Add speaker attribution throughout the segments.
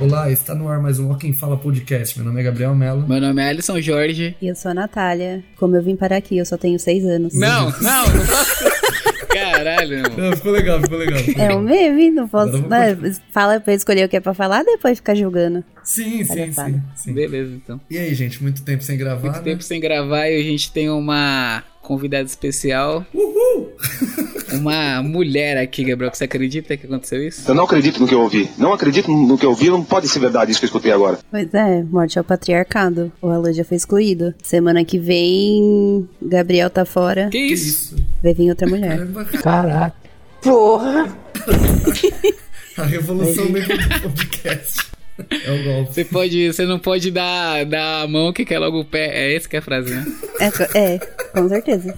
Speaker 1: Olá, está no ar mais um Ó Quem Fala Podcast. Meu nome é Gabriel Mello.
Speaker 2: Meu nome é Alisson Jorge.
Speaker 3: E eu sou a Natália. Como eu vim parar aqui, eu só tenho seis anos.
Speaker 2: Não, não, não posso. Caralho, não.
Speaker 1: Não, ficou legal, ficou legal. ficou
Speaker 3: É
Speaker 1: legal.
Speaker 3: um meme, não posso.
Speaker 1: Agora
Speaker 3: né,
Speaker 1: vamos
Speaker 3: fala pra eu escolher o que é pra falar, depois ficar julgando.
Speaker 1: Sim, sim, sim,
Speaker 3: Palhaçada.
Speaker 1: sim.
Speaker 2: Beleza, então.
Speaker 1: E aí, gente, muito tempo sem gravar.
Speaker 2: Muito
Speaker 1: né?
Speaker 2: tempo sem gravar e a gente tem uma convidada especial.
Speaker 1: Uhul!
Speaker 2: Uma mulher aqui, Gabriel. Você acredita que aconteceu isso?
Speaker 4: Eu não acredito no que eu ouvi. Não acredito no que eu ouvi. Não pode ser verdade isso que eu escutei agora.
Speaker 3: Pois é, morte ao patriarcado. O Alan já foi excluído. Semana que vem, Gabriel tá fora,
Speaker 2: Que
Speaker 1: Que
Speaker 2: isso?
Speaker 1: isso?
Speaker 3: vai vir outra mulher.
Speaker 1: Caramba,
Speaker 5: Porra!
Speaker 1: a revolução mesmo do podcast. É o golpe.
Speaker 2: Você pode. Você não pode dar, dar a mão que quer logo o pé. É essa que é a frase, né?
Speaker 3: É, co- é, com certeza.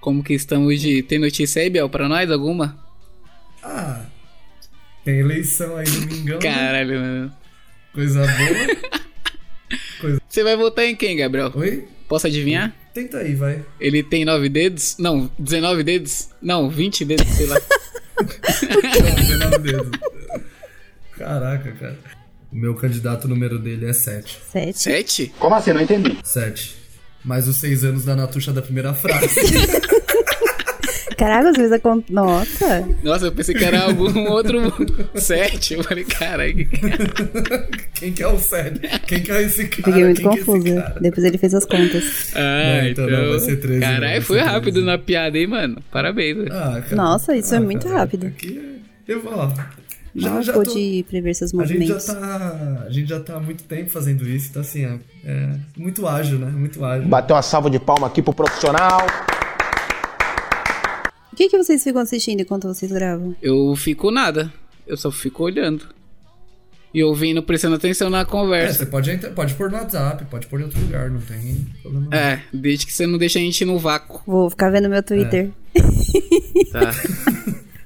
Speaker 2: Como que estamos de. Tem notícia aí, Biel, pra nós alguma?
Speaker 1: Ah, tem eleição aí domingão. né?
Speaker 2: Caralho, mano.
Speaker 1: Coisa boa.
Speaker 2: Você vai votar em quem, Gabriel?
Speaker 1: Oi?
Speaker 2: Posso adivinhar?
Speaker 1: Tenta aí, vai.
Speaker 2: Ele tem nove dedos? Não, 19 dedos? Não, 20 dedos, sei lá.
Speaker 1: Não, 19 dedos. Caraca, cara. O meu candidato número dele é 7.
Speaker 3: Sete.
Speaker 2: Sete?
Speaker 4: Como assim? Não entendi.
Speaker 1: 7. Mais os 6 anos da Natuxa da primeira frase.
Speaker 3: Caraca, às vezes acon- Nossa!
Speaker 2: Nossa, eu pensei que era algum outro sete. Eu falei, caralho, que que é?
Speaker 1: Quem que é o 7? Quem que é esse cara?
Speaker 3: Fiquei muito
Speaker 1: Quem Que é esse
Speaker 3: confusa.
Speaker 1: cara?
Speaker 3: Depois ele fez as contas.
Speaker 2: Ah,
Speaker 1: Não, então
Speaker 2: então.
Speaker 1: não, vai ser 13, não, vai
Speaker 2: Caralho,
Speaker 1: ser
Speaker 2: foi
Speaker 1: 13.
Speaker 2: rápido na piada, hein, mano? Parabéns. velho.
Speaker 1: Ah, cara.
Speaker 3: Nossa, isso é muito
Speaker 1: cara,
Speaker 3: rápido.
Speaker 1: Aqui é... Eu, ó, já,
Speaker 3: Não
Speaker 1: já tô...
Speaker 3: pude prever seus
Speaker 1: A gente, já
Speaker 3: movimentos.
Speaker 1: tá, a gente já tá há muito tempo fazendo isso, então assim, é, é muito ágil, né? Muito ágil.
Speaker 6: Bateu uma salva de palma aqui pro profissional.
Speaker 3: O que, que vocês ficam assistindo enquanto vocês gravam?
Speaker 2: Eu fico nada. Eu só fico olhando. E ouvindo, prestando atenção na
Speaker 1: É,
Speaker 2: conversa.
Speaker 1: você pode, entrar- pode pôr no WhatsApp, pode pôr em outro lugar, não tem problema. não.
Speaker 2: É, desde que você não deixa a gente no vácuo.
Speaker 3: Vou ficar vendo meu Twitter.
Speaker 1: É.
Speaker 2: Tá.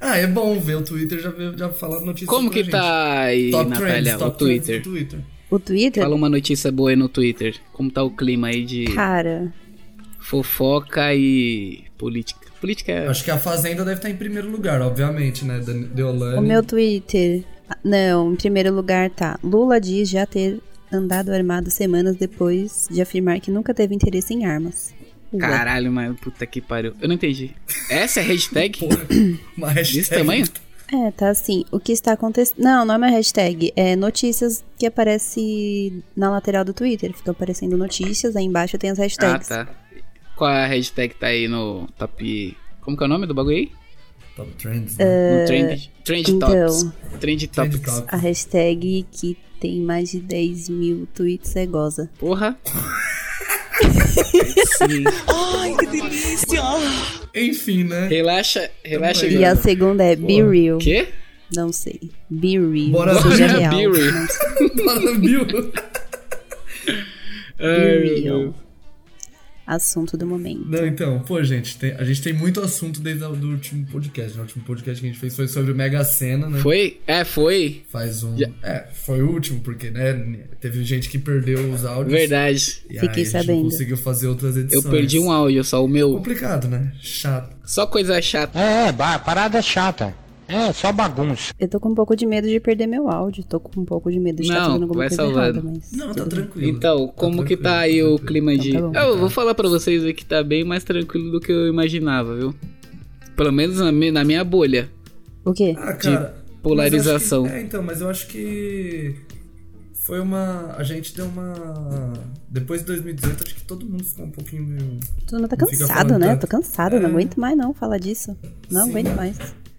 Speaker 1: Ah, é bom ver o Twitter já, ver- já falar notícias.
Speaker 2: Como
Speaker 1: pra
Speaker 2: que
Speaker 1: gente.
Speaker 2: tá aí,
Speaker 1: Top
Speaker 2: Natália,
Speaker 1: trends,
Speaker 2: o
Speaker 1: top trends
Speaker 2: Twitter?
Speaker 1: do Twitter.
Speaker 3: O Twitter?
Speaker 2: Fala uma notícia boa aí no Twitter. Como tá o clima aí
Speaker 1: um
Speaker 2: de
Speaker 3: Cara,
Speaker 2: fofoca e política? Política é.
Speaker 1: Acho que a Fazenda deve estar em primeiro lugar, obviamente, né? Da Deolane.
Speaker 3: o meu Twitter. Ah, Não, em primeiro lugar tá. Lula diz já ter andado armado semanas depois de afirmar que nunca teve interesse em armas. Ué,
Speaker 2: Caralho, mano, puta que pariu. Eu não entendi. Essa é a hashtag?
Speaker 1: Uma hashtag.
Speaker 2: Desse tamanho?
Speaker 3: É, tá assim. O que está acontecendo. Não, não é uma hashtag. É notícias que aparece na lateral do Twitter. Fica aparecendo notícias, aí embaixo tem as
Speaker 2: Ah,
Speaker 3: hashtags.
Speaker 2: tá. Qual a hashtag tá aí no top. Como que é o nome do bagulho aí?
Speaker 1: Top trends. né?
Speaker 2: no trend, trend
Speaker 3: É, então.
Speaker 2: Topics. Trend
Speaker 1: Trend
Speaker 2: Topics.
Speaker 1: top.
Speaker 3: A hashtag que tem mais de 10 mil tweets é goza.
Speaker 2: Porra. Sim.
Speaker 1: Enfim, né?
Speaker 2: Relaxa, relaxa.
Speaker 3: E a segunda é Be
Speaker 1: Porra.
Speaker 3: Real.
Speaker 2: Quê?
Speaker 3: Não sei. Be real.
Speaker 1: Bora-
Speaker 3: seja
Speaker 2: Bora,
Speaker 3: real.
Speaker 2: be real.
Speaker 3: Não sei.
Speaker 2: É.
Speaker 1: Fala, Bill.
Speaker 2: Ai,
Speaker 3: Be
Speaker 2: meu
Speaker 3: real.
Speaker 2: Deus.
Speaker 3: Assunto do momento.
Speaker 1: Não, então, pô, gente, tem- a gente tem muito assunto desde o do último podcast, né? O último podcast que a gente fez foi sobre o Mega Sena, né?
Speaker 2: Foi? É, foi.
Speaker 1: Faz um.
Speaker 2: Já-
Speaker 1: É, foi o último, porque, né? Teve gente que perdeu os áudios.
Speaker 2: Verdade.
Speaker 1: E aí
Speaker 3: Fiquei
Speaker 1: a gente não
Speaker 3: sabendo.
Speaker 1: conseguiu fazer outras
Speaker 2: Eu
Speaker 1: edições.
Speaker 2: perdi um áudio só, o meu.
Speaker 1: Complicado, né? Chato.
Speaker 2: Só coisa chata.
Speaker 6: É, ba- parada é chata. É, só bagunça.
Speaker 3: Eu tô com um pouco de medo de perder meu áudio. Tô com um pouco de medo de estar
Speaker 2: Não,
Speaker 3: fazendo alguma
Speaker 2: vai
Speaker 3: coisa
Speaker 2: salvando.
Speaker 3: errada, mas...
Speaker 1: Não, tá
Speaker 3: tudo bem.
Speaker 1: tranquilo.
Speaker 2: Então, como que tá aí o clima de.
Speaker 3: Então tá
Speaker 2: eu vou falar pra vocês aqui que tá bem mais tranquilo do que eu imaginava, viu? Pelo menos na mi- na minha bolha.
Speaker 3: O quê?
Speaker 1: Ah, cara.
Speaker 2: polarização.
Speaker 1: mas eu acho que- é, então, mas eu acho que foi uma. A gente deu uma. Depois de 2018, acho que todo mundo ficou um pouquinho. meio-
Speaker 3: Tu não tá
Speaker 1: Não fica
Speaker 3: cansado,
Speaker 1: falando
Speaker 3: né?
Speaker 1: tanto.
Speaker 3: Tô cansado, não
Speaker 1: É.
Speaker 3: aguento mais não falar disso. Não
Speaker 1: Sim.
Speaker 3: aguento mais.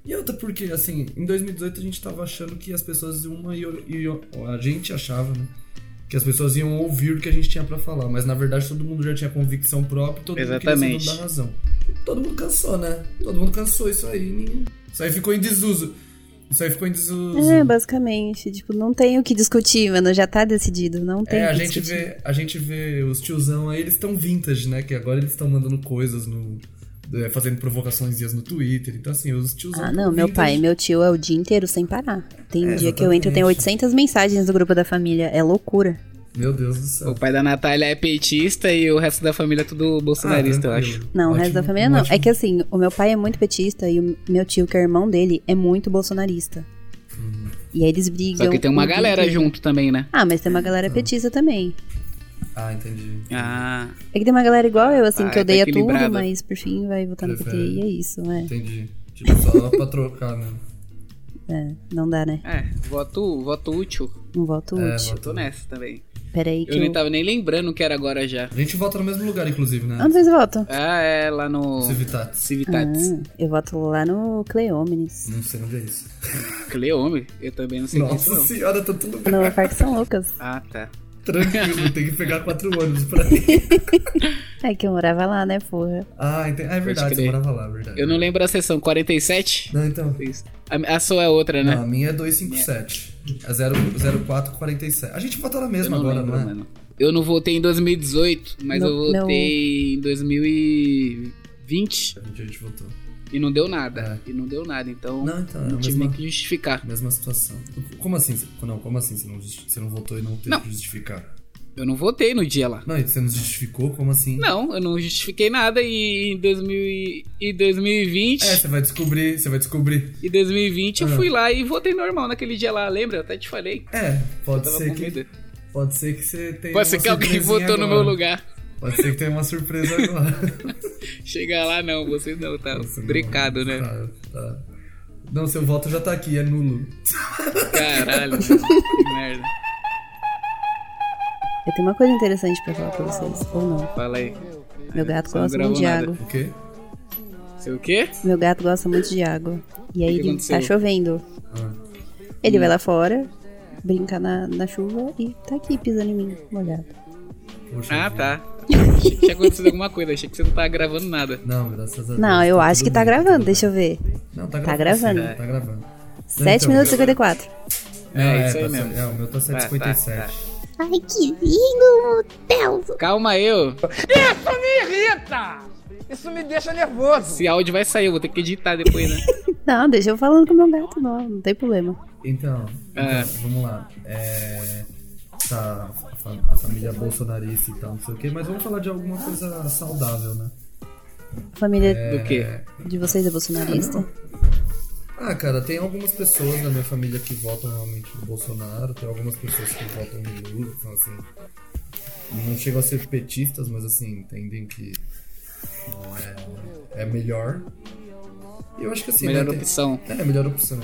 Speaker 1: E outra porque, assim, em 2018 a gente tava achando que as pessoas iam. Uma, iam- iam- a gente achava, né? Que as pessoas iam ouvir o que a gente tinha pra falar. Mas na verdade todo mundo já tinha convicção própria e todo mundo queria
Speaker 2: Exatamente.
Speaker 1: ser dono da razão. Todo mundo cansou, né? Todo mundo cansou isso aí. Ninguém... Isso aí ficou em desuso. Isso aí ficou em desuso.
Speaker 3: É, basicamente. Tipo, não tem o que discutir, mano. Já tá decidido. Não tem
Speaker 1: É,
Speaker 3: o
Speaker 1: a
Speaker 3: que
Speaker 1: gente,
Speaker 3: discutir.
Speaker 1: vê, a gente vê os tiozão aí, eles estão vintage, né? Que agora eles estão mandando coisas no. eh, fazendo provocaçõezinhas no Twitter. Então, assim, os tiozão.
Speaker 3: Ah,
Speaker 1: tão
Speaker 3: não, meu
Speaker 1: vintage.
Speaker 3: pai, meu tio é o dia inteiro sem parar. Tem um
Speaker 1: É,
Speaker 3: dia que eu entro, tem
Speaker 1: exatamente.
Speaker 3: 800 mensagens do grupo da família. É loucura.
Speaker 1: Meu Deus do
Speaker 2: O
Speaker 1: céu.
Speaker 2: pai da Natália é petista e o resto da família é tudo bolsonarista, eu
Speaker 1: Ah,
Speaker 2: acho.
Speaker 3: Não, o resto da família não. É que
Speaker 1: a
Speaker 3: assim,
Speaker 1: Uhum.
Speaker 3: o meu pai é muito petista e o meu tio, que é irmão dele, é muito bolsonarista. E aí eles brigam.
Speaker 2: Só que tem uma
Speaker 3: o dia
Speaker 2: galera
Speaker 3: inteiro.
Speaker 2: junto também, né?
Speaker 3: Ah, mas tem uma galera petista também.
Speaker 1: Ah, entendi.
Speaker 2: Ah,
Speaker 3: É que tem uma galera igual eu, assim,
Speaker 2: Ah,
Speaker 3: que
Speaker 2: é, tá
Speaker 3: odeia tudo,
Speaker 2: equilibrada.
Speaker 3: mas por fim vai votar no PT
Speaker 1: Prefere.
Speaker 3: e é isso, né?
Speaker 1: Entendi. Tipo, só pra trocar, né?
Speaker 3: É, não dá, né?
Speaker 2: é. Voto, voto útil.
Speaker 3: Um voto
Speaker 1: É,
Speaker 3: útil.
Speaker 1: voto-
Speaker 2: Tô nessa também.
Speaker 3: Peraí que
Speaker 2: Eu nem
Speaker 3: eu...
Speaker 2: tava nem lembrando que era agora já.
Speaker 1: A gente vota no mesmo lugar, inclusive, né?
Speaker 3: Onde vocês votam?
Speaker 2: Ah, é lá no
Speaker 1: Civitatis.
Speaker 2: Civitatis.
Speaker 3: Ah, eu voto lá no Cleómenes.
Speaker 1: Não sei onde é isso.
Speaker 2: Ah. Cleome? Eu também não sei disso,
Speaker 1: Nossa
Speaker 2: não.
Speaker 1: senhora, tá tudo bem.
Speaker 3: No Parque São Lucas.
Speaker 2: Ah, tá.
Speaker 1: Tranquilo, tem que pegar quatro ônibus pra ir.
Speaker 3: É que eu morava lá, né, porra?
Speaker 1: Ah, entendi. Ah, é verdade, você
Speaker 2: crer.
Speaker 1: morava lá, é verdade.
Speaker 2: Eu não lembro a sessão 47?
Speaker 1: Não, então.
Speaker 2: Isso. A, a sua é outra, né?
Speaker 1: Não, a minha é 257. É 0- 0447. A gente vota na
Speaker 2: eu
Speaker 1: mesma
Speaker 2: não
Speaker 1: agora,
Speaker 2: lembro,
Speaker 1: não é?
Speaker 2: mano. Eu não votei em 2018, mas
Speaker 3: Não,
Speaker 2: eu
Speaker 3: não.
Speaker 2: votei em 2020
Speaker 1: A gente, a gente votou.
Speaker 2: e não deu nada.
Speaker 1: É.
Speaker 2: E não deu nada, então
Speaker 1: Não, então, é a
Speaker 2: não tive
Speaker 1: mesma-
Speaker 2: nem que justificar.
Speaker 1: Mesma situação. Como assim? você- Não, como assim você não, justi- você não votou e não teve
Speaker 2: Não.
Speaker 1: que justificar?
Speaker 2: Eu não votei no dia lá.
Speaker 1: Não, e você não justificou? Como assim?
Speaker 2: Não, eu não justifiquei nada e em 2000 e- e 2020
Speaker 1: É, você vai descobrir, você vai descobrir.
Speaker 2: e 2020 eu
Speaker 1: Ah.
Speaker 2: fui lá e votei normal naquele dia lá, lembra? Eu até te falei.
Speaker 1: É, pode
Speaker 2: Tava
Speaker 1: ser
Speaker 2: com
Speaker 1: que.
Speaker 2: medo.
Speaker 1: Pode ser que você tenha.
Speaker 2: Pode ser
Speaker 1: uma
Speaker 2: que alguém
Speaker 1: surpresinha
Speaker 2: votou no meu
Speaker 1: agora.
Speaker 2: lugar.
Speaker 1: Pode ser que tenha uma surpresa agora.
Speaker 2: Chegar lá não, você não, tá
Speaker 1: Nossa, não.
Speaker 2: brincado, né?
Speaker 1: Tá, tá. Não, seu voto já tá aqui, é nulo.
Speaker 2: Caralho, mano, que merda.
Speaker 3: Eu tenho uma coisa interessante pra falar pra vocês. Ou não.
Speaker 2: Fala aí.
Speaker 3: Meu gato
Speaker 2: Você não
Speaker 3: gosta muito
Speaker 2: gravou
Speaker 3: de
Speaker 2: nada.
Speaker 3: água.
Speaker 1: O quê?
Speaker 2: Sei o quê?
Speaker 3: Meu gato gosta muito de água. E aí
Speaker 2: O que
Speaker 3: ele
Speaker 2: aconteceu? Hum.
Speaker 3: tá chovendo.
Speaker 1: Ah,
Speaker 3: Ele vai lá fora, brinca na, na chuva e tá aqui pisando em mim, molhado.
Speaker 1: poxa
Speaker 2: Ah,
Speaker 1: vida.
Speaker 2: tá. Achei que tinha acontecido alguma coisa, achei que você não tava gravando nada.
Speaker 1: Não, graças a Deus.
Speaker 3: Não, eu acho que tá gravando, deixa eu ver.
Speaker 1: Não, tá
Speaker 3: Tá
Speaker 1: gravando.
Speaker 3: gravando.
Speaker 1: sim, Tá gravando.
Speaker 3: 7
Speaker 1: então,
Speaker 3: minutos e
Speaker 1: gravando.
Speaker 3: 54.
Speaker 2: É, isso aí
Speaker 1: tá
Speaker 2: mesmo.
Speaker 1: certo. É, o meu tá
Speaker 2: Tá, tá,
Speaker 1: 757.
Speaker 7: Ai, que lindo, Deus!
Speaker 2: Calma aí, ô.
Speaker 5: Isso me irrita! Isso me deixa nervoso!
Speaker 2: Esse áudio vai sair, eu vou ter que editar depois, né?
Speaker 1: É,
Speaker 3: Não, deixa eu falando com meu gato, não, não tem problema.
Speaker 1: Então,
Speaker 2: É.
Speaker 1: então, vamos lá. É, tá, a fa- a família bolsonarista e tal, não sei o quê, mas vamos falar de alguma coisa saudável, né?
Speaker 3: A família
Speaker 1: É.
Speaker 2: Do quê?
Speaker 3: de vocês é bolsonarista?
Speaker 1: Ah, cara, tem algumas pessoas da minha família que votam realmente no Bolsonaro, tem algumas pessoas que votam no Lula, então assim. Não chegam a ser petistas, mas assim, entendem que é, é melhor. E eu acho que assim.
Speaker 2: Melhor
Speaker 1: né, tem-
Speaker 2: opção.
Speaker 1: é, a melhor opção.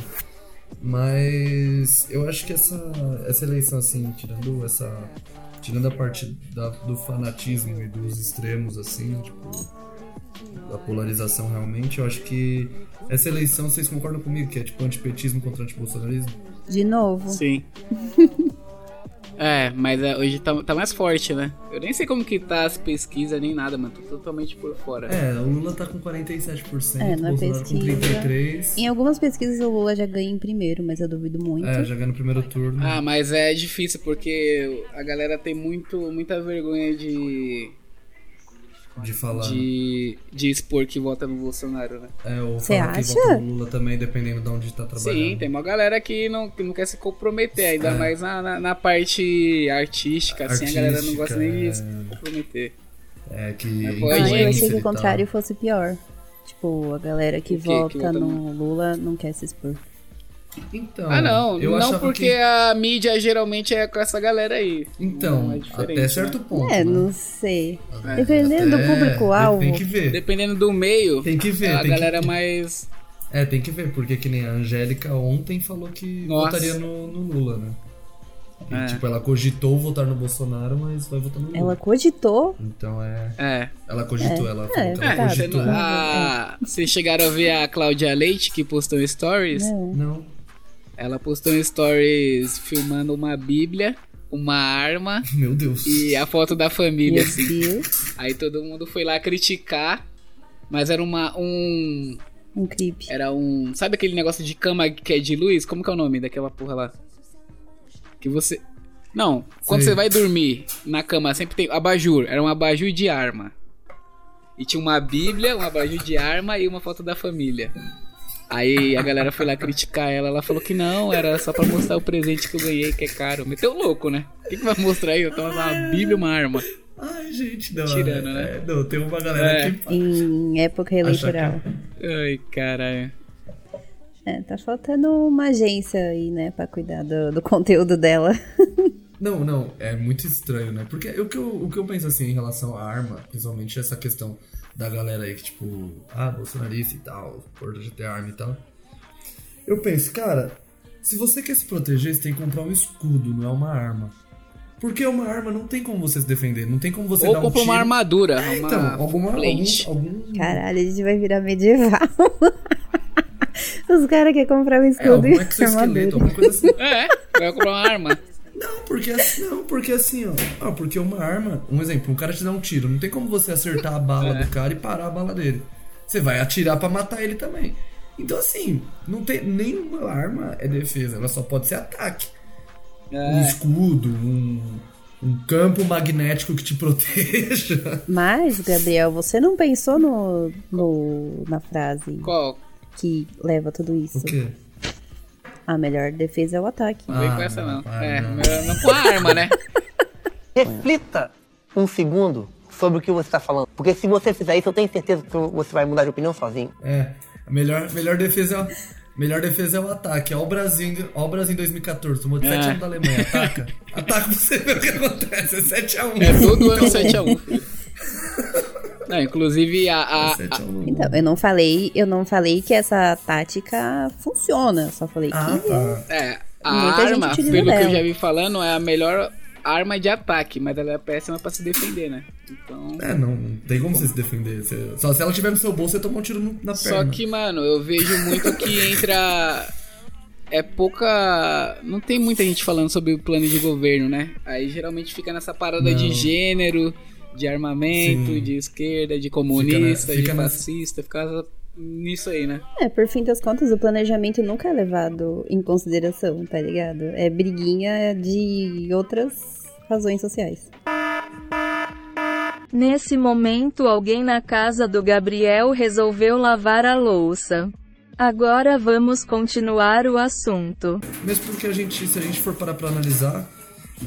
Speaker 1: Mas eu acho que essa, essa eleição, assim, tirando essa. Tirando a parte da- do fanatismo e dos extremos, assim, tipo, da polarização realmente, eu acho que essa eleição, vocês concordam comigo, que é tipo antipetismo contra antibolsonarismo?
Speaker 3: De novo.
Speaker 2: Sim. É, mas é, hoje tá, tá mais forte, né? Eu nem sei como que tá as pesquisas nem nada, mano. Tô totalmente por fora.
Speaker 1: É, o Lula tá com 47%,
Speaker 3: É, na
Speaker 1: o Bolsonaro com
Speaker 3: pesquisa.
Speaker 1: 33%.
Speaker 3: Em algumas pesquisas o Lula já ganha em primeiro, mas eu duvido muito.
Speaker 1: É, já ganha no primeiro turno.
Speaker 2: Ah, mas é difícil porque a galera tem muito, muita vergonha de,
Speaker 1: de falar.
Speaker 2: de, de expor que vota no Bolsonaro, né?
Speaker 1: É, ou
Speaker 3: Cê
Speaker 1: fala que
Speaker 3: acha?
Speaker 1: vota no Lula também, dependendo de onde tá trabalhando.
Speaker 2: Sim, tem uma galera que não, que não quer se comprometer, ainda
Speaker 1: É.
Speaker 2: mais na, na, na parte artística, assim, a galera não gosta nem de se
Speaker 1: Artística,
Speaker 2: comprometer.
Speaker 1: É que.
Speaker 2: Mas
Speaker 3: Ah,
Speaker 2: pode,
Speaker 3: eu achei
Speaker 1: influencer
Speaker 3: que
Speaker 1: e
Speaker 3: o
Speaker 1: tal.
Speaker 3: contrário fosse pior. Tipo, a galera que,
Speaker 2: O quê? Que
Speaker 3: vota,
Speaker 2: vota
Speaker 3: no Lula não quer se expor.
Speaker 1: Então,
Speaker 2: ah, não,
Speaker 1: eu
Speaker 2: não
Speaker 1: achava
Speaker 2: porque
Speaker 1: que-
Speaker 2: a mídia geralmente é com essa galera aí.
Speaker 1: Então,
Speaker 2: Não, é diferente,
Speaker 1: até
Speaker 2: né?
Speaker 1: certo ponto. né?
Speaker 3: é, não sei.
Speaker 1: É,
Speaker 3: Dependendo
Speaker 1: até-
Speaker 3: do público-alvo.
Speaker 1: Tem que ver.
Speaker 2: Dependendo do meio,
Speaker 1: Tem que ver.
Speaker 2: a
Speaker 1: tem
Speaker 2: galera
Speaker 1: que...
Speaker 2: mais.
Speaker 1: É, tem que ver, porque que nem a Angélica ontem falou que
Speaker 2: Nossa.
Speaker 1: votaria no, no Lula, né? E,
Speaker 2: É.
Speaker 1: Tipo, ela cogitou votar no Bolsonaro, mas vai votar no Lula.
Speaker 3: Ela cogitou. né?
Speaker 1: Então é.
Speaker 2: É.
Speaker 1: Ela cogitou, ela falou que
Speaker 2: é
Speaker 1: ela
Speaker 2: você
Speaker 1: cogitou.
Speaker 2: não- a- Vocês chegaram a ver a Cláudia Leite que postou em stories?
Speaker 1: É.
Speaker 3: Não.
Speaker 1: Não.
Speaker 2: Ela postou em stories filmando uma bíblia, uma arma
Speaker 1: Meu Deus.
Speaker 2: e a foto da família,
Speaker 3: Meu
Speaker 2: assim.
Speaker 3: Deus.
Speaker 2: Aí todo mundo foi lá criticar. Mas era uma. um.
Speaker 3: Um clipe.
Speaker 2: Era um. Sabe aquele negócio de cama que é de luz? Como que é o nome daquela porra lá? Que você. Não, quando
Speaker 1: Sei.
Speaker 2: você vai dormir na cama, sempre tem abajur. Era um abajur de arma. E tinha uma bíblia, um abajur de arma e uma foto da família. Aí a galera foi lá criticar ela, ela falou que não, era só pra mostrar o presente que eu ganhei, que é caro. Meteu louco, né? O que, que vai mostrar aí? Eu tava uma bíblia e uma arma.
Speaker 1: Ai, gente, não.
Speaker 2: Tirando, né?
Speaker 1: é- Não, tem uma galera
Speaker 2: É.
Speaker 1: que.
Speaker 3: Em época eleitoral.
Speaker 2: Ai, caralho.
Speaker 3: É, tá faltando uma agência aí, né, pra cuidar do, do conteúdo dela.
Speaker 1: Não, não, é muito estranho, né? Porque o que, eu, o que eu penso assim em relação à arma, principalmente essa questão da galera aí que, tipo, ah, bolsonarista e tal, por GT arma e tal. Eu penso, cara, se você quer se proteger, você tem que comprar um escudo, não é uma arma. Porque uma arma não tem como você se defender, não tem como você
Speaker 2: Ou
Speaker 1: dar um
Speaker 2: compra
Speaker 1: tiro.
Speaker 2: uma armadura,
Speaker 1: É,
Speaker 2: uma
Speaker 1: então, alguma, algum,
Speaker 2: plate.
Speaker 1: algum, é,
Speaker 3: Caralho, a gente vai virar medieval. Os caras querem comprar um
Speaker 1: é,
Speaker 3: escudo
Speaker 1: algum
Speaker 3: e
Speaker 1: exoesqueleto,
Speaker 3: armadura.
Speaker 1: alguma coisa assim.
Speaker 2: É, vai comprar uma arma.
Speaker 1: Não, porque assim, não, porque assim, ó. Ah, porque uma arma, um exemplo, um cara te dá um tiro, não tem como você acertar a bala
Speaker 2: É.
Speaker 1: do cara e parar a bala dele. Você vai atirar pra matar ele também. Então assim, não tem nenhuma arma é defesa, ela só pode ser ataque. Um
Speaker 2: É.
Speaker 1: escudo, um, um campo magnético que te proteja.
Speaker 3: Mas, Gabriel, você não pensou no, no- na frase
Speaker 2: Qual?
Speaker 3: que leva tudo isso?
Speaker 1: O quê?
Speaker 3: A melhor defesa é o ataque.
Speaker 2: Não vem
Speaker 1: Ah,
Speaker 2: com essa não.
Speaker 1: ah,
Speaker 2: é,
Speaker 1: não.
Speaker 2: melhor não com a arma, né?
Speaker 8: Reflita um segundo sobre o que você está falando. Porque se você fizer isso, eu tenho certeza que você vai mudar de opinião sozinho.
Speaker 1: É. A melhor, melhor defesa é o, melhor defesa é o ataque. Ó o Brasil, ó o Brasil em 2014, tomou de
Speaker 2: É.
Speaker 1: 7x1 da Alemanha. Ataca. Ataca pra você ver o que acontece. É 7x1.
Speaker 2: É todo ano 7x1, filho. Não, inclusive a, a- a-
Speaker 3: Então, eu não falei, eu não falei que essa tática funciona, só falei que
Speaker 1: Ah, tá.
Speaker 2: é, a
Speaker 3: Muita gente
Speaker 2: arma,
Speaker 3: utiliza
Speaker 2: pelo que eu
Speaker 3: dela.
Speaker 2: já vi falando, é a melhor arma de ataque, mas ela é péssima pra se defender, né? Então.
Speaker 1: É, não, não tem como você se defender. Você- só se ela tiver no seu bolso, você toma um tiro no- na perna.
Speaker 2: Só que, mano, eu vejo muito que entra. É pouca. Não tem muita gente falando sobre o plano de governo, né? Aí geralmente fica nessa parada
Speaker 1: Não.
Speaker 2: de gênero, de armamento,
Speaker 1: Sim.
Speaker 2: de esquerda, de comunista,
Speaker 1: fica
Speaker 2: de
Speaker 1: na-
Speaker 2: fascista, fica nessa- nisso aí, né?
Speaker 3: É, por fim das contas, o planejamento nunca é levado em consideração, tá ligado? É briguinha de outras razões sociais.
Speaker 9: Nesse momento, alguém na casa do Gabriel resolveu lavar a louça. Agora vamos continuar o assunto.
Speaker 1: Mesmo porque a gente, se a gente for parar pra analisar,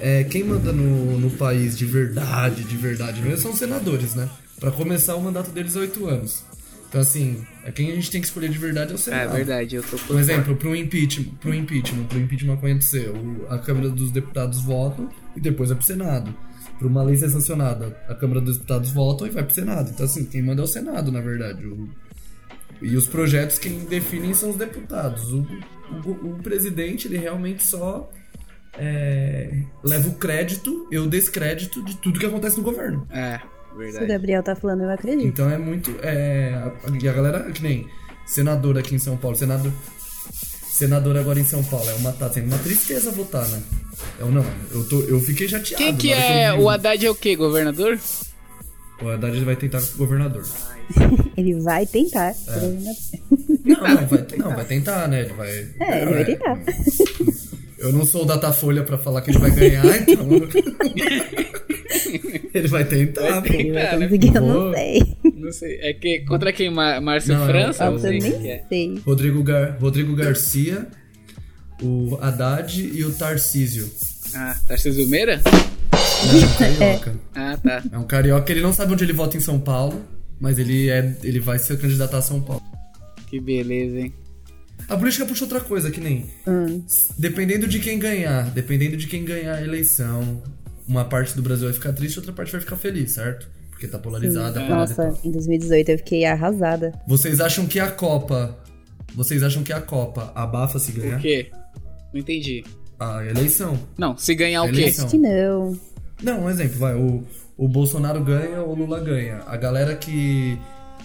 Speaker 1: é, quem manda no, no país de verdade, de verdade mesmo, são os senadores, né? Pra começar, o mandato deles é oito anos. Então, assim, é quem a gente tem que escolher de verdade é o
Speaker 2: É
Speaker 1: Senado.
Speaker 2: verdade, eu tô.
Speaker 1: Por exemplo, pro impeachment, pro impeachment, pro impeachment acontecer, o- a Câmara dos Deputados votam e depois vai pro Senado. Pra uma lei ser sancionada, a Câmara dos Deputados votam e vai pro Senado. Então, assim, quem manda é o Senado, na verdade. O- e os projetos quem definem são os deputados. O, o- o presidente, ele realmente só é, leva o crédito e o descrédito de tudo que acontece no governo.
Speaker 2: É,
Speaker 3: Se o
Speaker 2: verdade.
Speaker 3: Gabriel tá falando, eu acredito.
Speaker 1: Então é muito. É, a- e a galera, que nem senador aqui em São Paulo, senador. Senador agora em São Paulo, é uma, tá sendo uma tristeza votar, né? Eu não, eu, tô, eu fiquei chateado.
Speaker 2: Quem que
Speaker 1: na hora
Speaker 2: é.
Speaker 1: eu vi
Speaker 2: O Haddad é o quê? Governador?
Speaker 1: O Haddad vai tentar governador.
Speaker 3: Ele vai tentar.
Speaker 1: Não, não, vai, não, vai tentar, né? Ele vai.
Speaker 3: tá É, ele vai tentar.
Speaker 1: Eu não sou o Datafolha pra falar que ele vai ganhar, então. ele vai tentar. pô.
Speaker 3: Ele vai
Speaker 2: Cara,
Speaker 3: conseguir, eu
Speaker 1: boa.
Speaker 3: não sei.
Speaker 2: Não sei. É que. Contra quem? Mar- Márcio
Speaker 1: Não, é
Speaker 2: França?
Speaker 1: eu
Speaker 2: Não
Speaker 3: Nossa,
Speaker 2: sei
Speaker 3: eu nem
Speaker 2: quem que é.
Speaker 3: sei.
Speaker 1: Rodrigo, Gar, Rodrigo Garcia, o Haddad e o Tarcísio.
Speaker 2: Ah, Tarcísio Meira?
Speaker 1: é um Carioca.
Speaker 2: Ah, tá.
Speaker 1: É um carioca, ele não sabe onde ele vota em São Paulo, mas ele, é, ele vai se candidatar a São Paulo.
Speaker 2: Que beleza, hein?
Speaker 1: A política puxa outra coisa, que nem. Dependendo de quem ganhar, dependendo de quem ganhar a eleição, uma parte do Brasil vai ficar triste, outra parte vai ficar feliz, certo? Porque tá polarizada. a parada e
Speaker 3: Nossa,
Speaker 1: tal.
Speaker 3: em 2018 eu fiquei arrasada.
Speaker 1: Vocês acham que a Copa. Vocês acham que a Copa abafa se
Speaker 2: O
Speaker 1: ganhar?
Speaker 2: quê? Não entendi.
Speaker 1: A eleição.
Speaker 2: Não, se ganhar o quê?
Speaker 1: Eleição.
Speaker 3: Acho que não.
Speaker 1: Não, um exemplo, vai. O, o Bolsonaro ganha, o Lula ganha. A galera que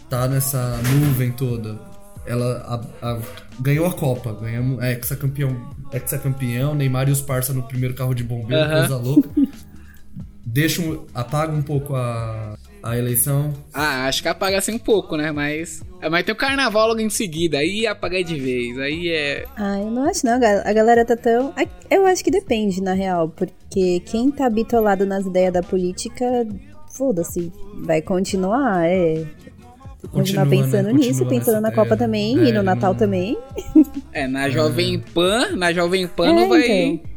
Speaker 1: tá nessa nuvem toda, ela a- a- ganhou a Copa, ganhamos é, hexacampeão, hexacampeão, Neymar e os parça no primeiro carro de bombeiro,
Speaker 2: Aham.
Speaker 1: coisa louca. Deixa um, apaga um pouco a, a eleição.
Speaker 2: Ah, acho que apaga assim um pouco, né? Mas. ah, Mas tem o carnaval logo em seguida, aí apaga de vez. Aí é.
Speaker 3: Ah, eu não acho não, gal- a galera tá tão... a- Eu acho que depende, na real, porque quem tá bitolado nas ideias da política, foda-se, vai continuar, é...
Speaker 1: Continua,
Speaker 3: Continuar
Speaker 1: né?
Speaker 3: pensando
Speaker 1: Continua
Speaker 3: nisso,
Speaker 1: nessa
Speaker 3: pensando na
Speaker 1: ideia,
Speaker 3: Copa
Speaker 1: né?
Speaker 3: também,
Speaker 1: É,
Speaker 3: e no
Speaker 1: ele
Speaker 3: Natal
Speaker 1: não-
Speaker 3: também.
Speaker 2: É, na Jovem Pan, na Jovem Pan não
Speaker 3: É,
Speaker 2: vai
Speaker 3: então.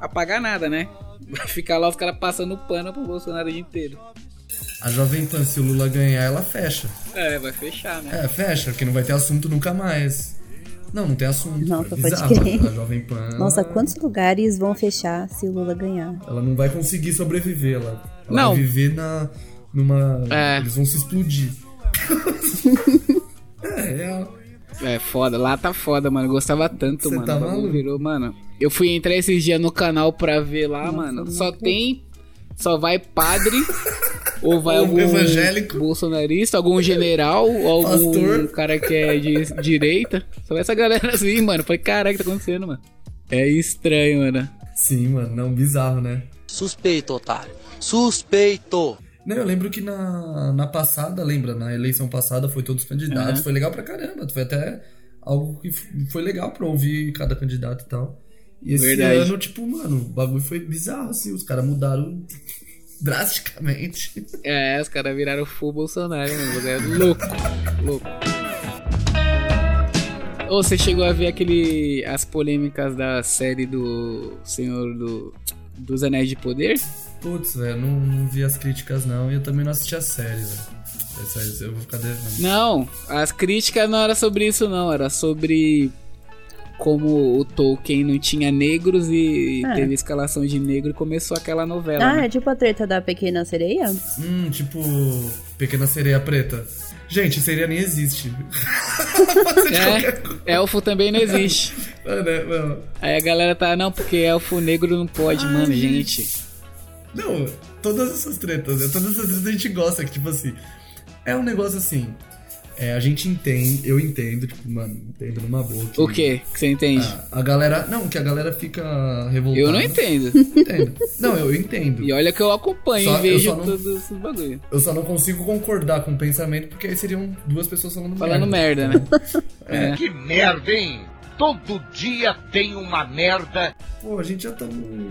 Speaker 2: apagar nada, né? Vai ficar lá os caras passando pano pro Bolsonaro o dia inteiro.
Speaker 1: A Jovem Pan, se o Lula ganhar, ela fecha.
Speaker 2: É, vai fechar, né?
Speaker 1: É, fecha, porque não vai ter assunto nunca mais. Não, não tem assunto.
Speaker 3: Nossa,
Speaker 1: cara.
Speaker 3: pode
Speaker 1: Bizarro.
Speaker 3: crer.
Speaker 1: A Jovem Pan. ela-
Speaker 3: Nossa, quantos lugares vão fechar se o Lula ganhar?
Speaker 1: Ela não vai conseguir sobreviver. Ela, ela
Speaker 2: Não.
Speaker 1: vai viver na, numa.
Speaker 2: É.
Speaker 1: Eles vão se explodir. é, real.
Speaker 2: É foda, lá tá foda, mano. Eu Gostava tanto,
Speaker 1: Cê
Speaker 2: mano.
Speaker 1: tá
Speaker 2: O bagulho
Speaker 1: maluco?
Speaker 2: virou, mano. Eu fui entrar esses dias no canal pra ver lá, mano. Só tem. Só vai padre. ou vai
Speaker 1: Ou
Speaker 2: algum
Speaker 1: evangélico.
Speaker 2: bolsonarista, algum general, ou algum
Speaker 1: Pastor.
Speaker 2: cara que é de direita. Só vai essa galera assim, mano. Falei, caraca, tá acontecendo, mano. É estranho, mano.
Speaker 1: Sim, mano. Não, bizarro, né?
Speaker 10: Suspeito, otário. Suspeito.
Speaker 1: Não, eu lembro que na, na passada, lembra? Na eleição passada foi todos os candidatos.
Speaker 2: Uhum.
Speaker 1: Foi legal pra caramba. Foi até algo que f- foi legal pra ouvir cada candidato e tal. E esse
Speaker 2: Verdade.
Speaker 1: ano, tipo, mano, o bagulho foi bizarro, assim. Os caras mudaram drasticamente.
Speaker 2: É, os caras viraram full Bolsonaro, mano. O bagulho É louco, louco. Ô, você chegou a ver aquele. as polêmicas da série do Senhor do. Dos Anéis de Poder?
Speaker 1: Putz, velho, não, não vi as críticas não. E eu também não assisti a série, velho. Essa- essa Eu vou ficar devendo.
Speaker 2: Não, as críticas não era sobre isso, não. Era sobre como o Tolkien não tinha negros e
Speaker 3: Ah.
Speaker 2: teve escalação de negro e começou aquela novela.
Speaker 3: ah,
Speaker 2: né?
Speaker 3: é tipo a treta da pequena sereia?
Speaker 1: Hum, tipo. Pequena sereia preta. Gente, sereia nem existe.
Speaker 2: é, elfo também não existe.
Speaker 1: É, né, mano?
Speaker 2: Aí a galera tá, não, porque elfo negro não pode, mano, Ah, gente.
Speaker 1: Não, todas essas tretas, né? todas essas tretas a gente gosta, que tipo assim, é um negócio assim, é, a gente entende, eu entendo, tipo, mano, entendo numa boa. que-
Speaker 2: O quê? Que você entende?
Speaker 1: A, a galera, não, que a galera fica revoltada.
Speaker 2: Eu não entendo.
Speaker 1: entendo. Não, eu entendo.
Speaker 2: E olha que eu acompanho
Speaker 1: Só-
Speaker 2: e
Speaker 1: eu
Speaker 2: vejo
Speaker 1: só não-
Speaker 2: todos esses bagulho.
Speaker 1: Eu só não consigo concordar com o pensamento, porque aí seriam duas pessoas falando,
Speaker 2: Falando merda, né?
Speaker 5: Que merda, hein? Todo dia tem uma merda.
Speaker 1: Pô, a gente já tá num...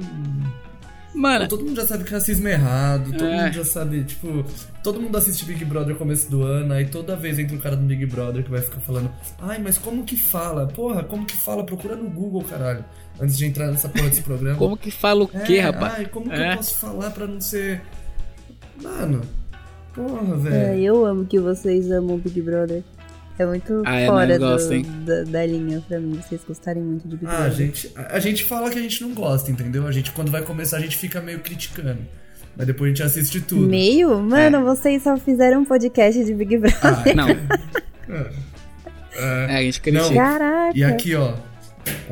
Speaker 2: Mano,
Speaker 1: Todo mundo já sabe que racismo é errado, todo
Speaker 2: É.
Speaker 1: mundo já sabe, tipo, todo mundo assiste Big Brother no começo do ano, aí toda vez entra um cara do Big Brother que vai ficar falando, ai, mas como que fala? Porra, como que fala? Procura no Google, caralho, antes de entrar nessa porra desse programa.
Speaker 2: como que fala o
Speaker 1: É,
Speaker 2: quê, rapaz?
Speaker 1: Ai, como que
Speaker 2: É.
Speaker 1: eu posso falar pra não ser. Mano, porra,
Speaker 3: É,
Speaker 1: velho.
Speaker 3: eu amo que vocês amam o Big Brother. É muito
Speaker 2: Ah, é,
Speaker 3: fora
Speaker 2: nós gosta, hein?
Speaker 3: do, da, da linha pra mim, vocês gostarem muito de Big
Speaker 1: Ah, a
Speaker 3: Brother.
Speaker 1: gente, a a gente fala que a gente não gosta, entendeu? A gente, quando vai começar, a gente fica meio criticando. Mas depois a gente assiste tudo. É.
Speaker 3: Meio? Mano, vocês só fizeram um podcast de Big Brother.
Speaker 1: Ah,
Speaker 2: Não,
Speaker 1: é.
Speaker 2: é, a gente critica.
Speaker 3: Caraca.
Speaker 1: E aqui, ó,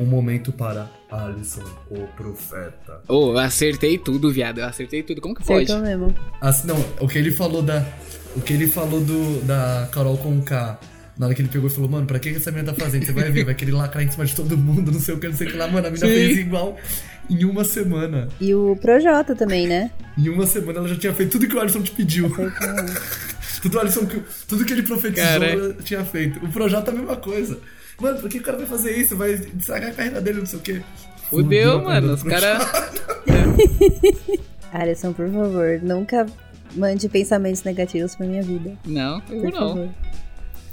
Speaker 1: um momento para Alisson, o profeta.
Speaker 2: Ô, eu acertei tudo, viado. Eu acertei tudo. Como que pode?
Speaker 3: Acertou mesmo.
Speaker 1: Assim, não, o que ele falou da. O que ele falou do, da Carol Conká. Na hora que ele pegou e falou, mano, pra que que essa menina tá fazendo? Você vai ver, vai querer lacrar em cima de todo mundo, não sei o que, não sei o que lá. Mano, a menina
Speaker 2: Sim.
Speaker 1: fez igual em uma semana.
Speaker 3: E o Projota também, né?
Speaker 1: Em uma semana ela já tinha feito tudo que o Alisson te pediu. tudo, o Alisson, que- tudo que ele profetizou
Speaker 2: Cara. é.
Speaker 1: ela tinha feito. O Projota a mesma coisa. Mano, por que o cara vai fazer isso? Vai estragar a carreira dele, não sei o quê.
Speaker 2: Fudeu,
Speaker 1: a carreira
Speaker 2: mano.
Speaker 1: do
Speaker 2: Os
Speaker 1: Projota.
Speaker 2: caras.
Speaker 3: Alisson, por favor, nunca mande pensamentos negativos pra minha vida.
Speaker 2: Não, eu
Speaker 3: Por
Speaker 2: não.
Speaker 3: favor.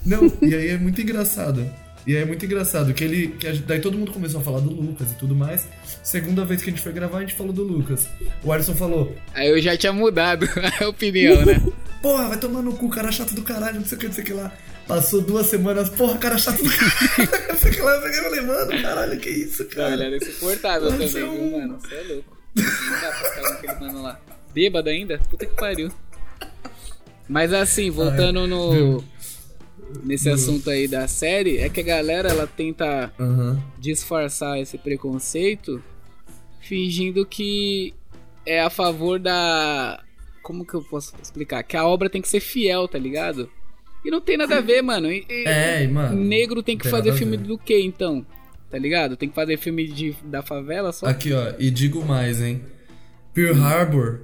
Speaker 1: Não, e aí é muito engraçado. E aí é muito engraçado que ele. Que a gente- daí todo mundo começou a falar do Lucas e tudo mais. Segunda vez que a gente foi gravar, a gente falou do Lucas. O Alisson falou:
Speaker 2: Aí eu já tinha mudado a opinião, né?
Speaker 1: Porra, vai tomar no cu, cara chato do caralho, não sei o que, não sei o que lá. Passou duas semanas, porra, cara chato do caralho, não sei o que lá. Eu falei, mano, caralho, que isso,
Speaker 2: Não, ele
Speaker 1: cara.
Speaker 2: era insuportável
Speaker 1: Mas
Speaker 2: também,
Speaker 1: é
Speaker 2: viu,
Speaker 1: Tá. um-
Speaker 2: mano? Você é louco. Não dá pra ficar com aquele mano lá. Bêbado ainda? Puta que pariu. Mas assim, voltando no. Nesse assunto aí da série, é que a galera ela tenta
Speaker 1: Aham.
Speaker 2: disfarçar esse preconceito fingindo que é a favor da. Como que eu posso explicar? Que a obra tem que ser fiel, tá ligado? E não tem nada a ver, mano. E- e-
Speaker 1: É, e, mano.
Speaker 2: Negro tem
Speaker 1: não
Speaker 2: que
Speaker 1: tem
Speaker 2: fazer
Speaker 1: nada a
Speaker 2: filme
Speaker 1: ver.
Speaker 2: do que então? Tá ligado? Tem que fazer filme de, da favela só?
Speaker 1: Aqui, ó, e digo mais, hein? Pearl Harbor,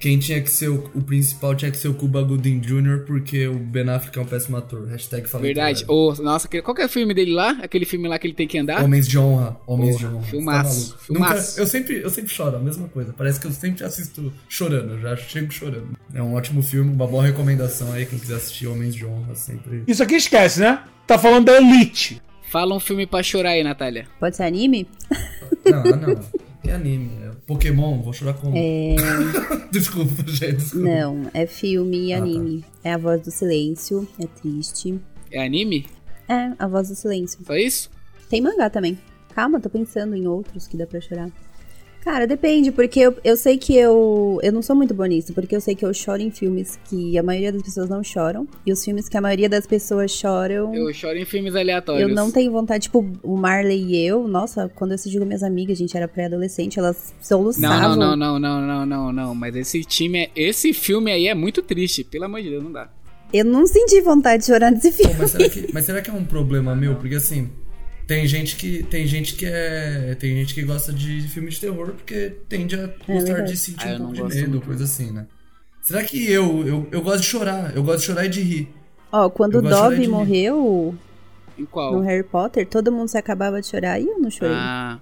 Speaker 1: quem tinha que ser o, o principal tinha que ser o Cuba Gooding Jr., porque o Ben Affleck é um péssimo ator. Hashtag falei
Speaker 2: É Verdade.
Speaker 1: pra
Speaker 2: Ou, nossa, aquele- qual que é o filme dele lá? Aquele filme lá que ele tem que andar?
Speaker 1: Homens de honra. Homens
Speaker 2: Ah? Porra,
Speaker 1: de honra. Você tá
Speaker 2: filmaço,
Speaker 1: maluco?
Speaker 2: filmaço.
Speaker 1: Nunca- eu, sempre, eu sempre choro, a mesma coisa. Parece que eu sempre assisto chorando, eu já chego chorando. É um ótimo filme, uma boa recomendação aí, quem quiser assistir Homens de Honra sempre.
Speaker 11: Isso aqui esquece, né? Tá falando da elite.
Speaker 2: Fala um filme pra chorar aí, Natália.
Speaker 3: Pode ser anime?
Speaker 1: Não, ah, não. É anime. é Pokémon, vou chorar como?
Speaker 3: É...
Speaker 1: Desculpa, gente. Desculpa.
Speaker 3: Não, é filme
Speaker 1: Uhum.
Speaker 3: e
Speaker 1: Ah, tá.
Speaker 3: anime. É a voz do silêncio, é triste.
Speaker 2: É anime?
Speaker 3: É, a voz do silêncio.
Speaker 2: Só isso?
Speaker 3: Tem mangá também. Calma, tô pensando em outros que dá pra chorar. Cara, depende, porque eu, eu sei que eu. Eu não sou muito boa nisso, porque eu sei que eu choro em filmes que a maioria das pessoas não choram. E os filmes que a maioria das pessoas choram.
Speaker 2: Eu choro em filmes aleatórios.
Speaker 3: Eu não tenho vontade, tipo, o Marley e eu, nossa, quando eu assisti com minhas amigas, a gente era pré-adolescente, elas
Speaker 2: Não,
Speaker 3: soluçavam.
Speaker 2: não, não, não, não, não, não, não. Mas esse time, é- esse filme aí é muito triste. Pelo amor de Deus, não dá.
Speaker 3: Eu não senti vontade de chorar nesse filme.
Speaker 1: Mas será, que, mas será que é um problema meu? Porque assim, tem gente que tem gente que é, tem gente que gosta de filme de terror porque tende a gostar
Speaker 2: verdade.
Speaker 1: de sentir
Speaker 2: Ah, eu
Speaker 1: um pouco
Speaker 2: não
Speaker 1: de
Speaker 2: gosto
Speaker 1: medo,
Speaker 2: muito.
Speaker 1: coisa assim, né? Será que eu, eu eu gosto de chorar? Eu gosto de chorar e de rir.
Speaker 3: Ó, quando
Speaker 1: Eu
Speaker 3: o
Speaker 1: gosto de chorar
Speaker 3: Dobby
Speaker 1: de mim.
Speaker 3: morreu
Speaker 2: Em qual?
Speaker 3: no Harry Potter, todo mundo se acabava de chorar e eu não chorei.
Speaker 2: Ah.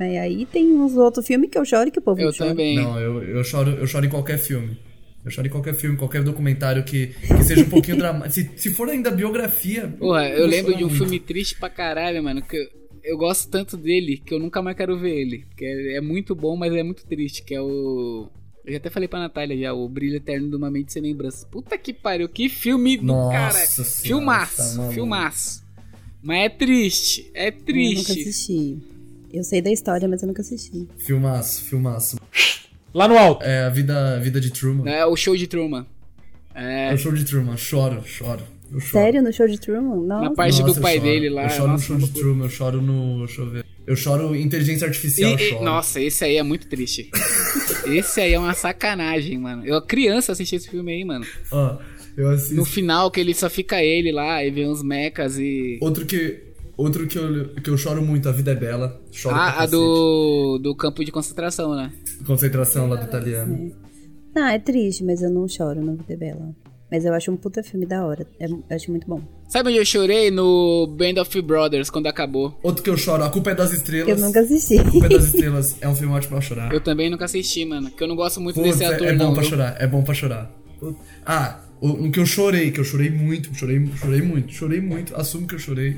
Speaker 3: Aí, aí tem uns outros filmes que eu choro e que o povo não chora.
Speaker 1: Não, eu, eu choro, eu choro em qualquer filme. Eu choro em qualquer filme, qualquer documentário que, que seja um pouquinho dramático. Se, se for ainda biografia.
Speaker 2: Porra, eu
Speaker 1: vou
Speaker 2: lembro
Speaker 1: chorar
Speaker 2: de um
Speaker 1: muito.
Speaker 2: filme triste pra caralho, mano. Que eu, eu gosto tanto dele que eu nunca mais quero ver ele. Porque é, é muito bom, mas é muito triste. Que é o. Eu já até falei pra Natália já, o Brilho Eterno de uma Mente Sem Lembranças. Puta que pariu, que filme do
Speaker 1: Nossa
Speaker 2: cara.
Speaker 1: Senhora, tá
Speaker 2: Filmaço,
Speaker 1: maluco.
Speaker 2: filmaço. Mas é triste, é
Speaker 3: Eu nunca
Speaker 2: triste.
Speaker 3: assisti. Eu sei da história, mas eu nunca assisti.
Speaker 1: Filmaço, filmaço.
Speaker 11: Lá no alto.
Speaker 1: É a vida, a vida de Truman.
Speaker 2: É o show de Truman. É.
Speaker 1: É o show de Truman, choro, choro. Eu choro.
Speaker 3: Sério, no show de Truman? Nossa.
Speaker 2: Na parte
Speaker 1: Nossa,
Speaker 2: do
Speaker 1: eu
Speaker 2: pai
Speaker 1: choro.
Speaker 2: dele lá.
Speaker 1: Eu choro
Speaker 2: nossa,
Speaker 1: no show de Truman, eu choro no. Deixa eu ver. Eu choro inteligência artificial, eu
Speaker 2: E- e-
Speaker 1: choro.
Speaker 2: nossa, esse aí é muito triste. esse aí é uma sacanagem, mano. Eu criança assisti esse filme aí, mano.
Speaker 1: Ó, Ah, eu assisto.
Speaker 2: No final, que ele só fica ele lá e vê uns mechas e.
Speaker 1: Outro que. Outro que eu, que eu choro muito, A Vida é Bela. Choro
Speaker 2: ah,
Speaker 1: pra
Speaker 2: a do. do campo de concentração, né?
Speaker 1: cacete. Concentração lá do italiano.
Speaker 3: Ah, é triste, mas eu não choro no Vida é Bela. Mas eu acho um puta filme da hora. É- eu acho muito bom.
Speaker 2: Sabe onde eu chorei? No Band of Brothers, quando acabou.
Speaker 1: Outro que eu choro, A Culpa é das
Speaker 3: Eu
Speaker 1: Estrelas.
Speaker 3: nunca assisti.
Speaker 1: A Culpa é das Estrelas é um filme ótimo pra chorar.
Speaker 2: Eu também nunca assisti, mano. Que eu não gosto muito
Speaker 1: Putz,
Speaker 2: desse
Speaker 1: é,
Speaker 2: ator,
Speaker 1: é bom
Speaker 2: não.
Speaker 1: pra
Speaker 2: viu?
Speaker 1: chorar, é bom pra chorar. Putz. Ah, o- um que eu chorei, que eu chorei muito, chorei, chorei muito, chorei muito, assumo que eu chorei.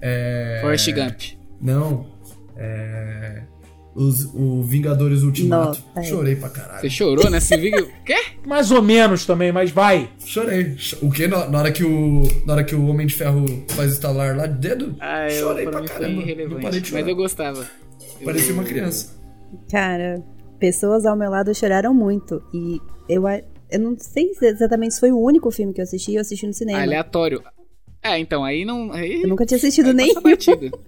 Speaker 1: É...
Speaker 2: Forrest Gump.
Speaker 1: Não. É. Os, o Vingadores Ultimato.
Speaker 3: Nossa, é.
Speaker 1: Chorei pra caralho.
Speaker 2: Você chorou, né? Você viu? que- Quê?
Speaker 11: Mais ou menos também, mas vai.
Speaker 1: Chorei. Ch- O que? Na, na hora que o. Na hora que o Homem de Ferro faz estalar lá de dedo?
Speaker 2: Ah, eu,
Speaker 1: chorei
Speaker 2: pra
Speaker 1: pra
Speaker 2: mim foi
Speaker 1: caramba. Não
Speaker 2: irrelevante.
Speaker 1: parei de
Speaker 2: Mas
Speaker 1: chorar.
Speaker 2: eu gostava.
Speaker 1: Parecia
Speaker 2: Eu-
Speaker 1: uma criança.
Speaker 3: Cara, pessoas ao meu lado choraram muito. E eu, a- eu não sei se exatamente se foi o único filme que eu assisti. Eu assisti no cinema.
Speaker 2: Aleatório. É, então, aí não. Aí,
Speaker 3: Eu nunca tinha assistido
Speaker 2: aí
Speaker 3: nem.
Speaker 2: passa batido.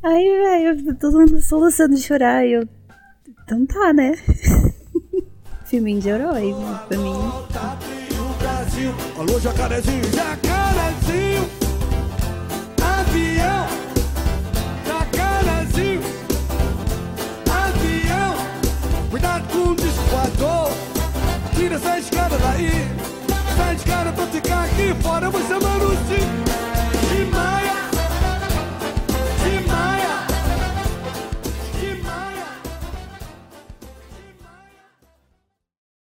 Speaker 3: Aí, velho, eu todo mundo soluçando de chorar. e eu. Então tá, né? Filminho de herói, né, pra mim.
Speaker 12: Brasil, alô jacarezinho, jacaré.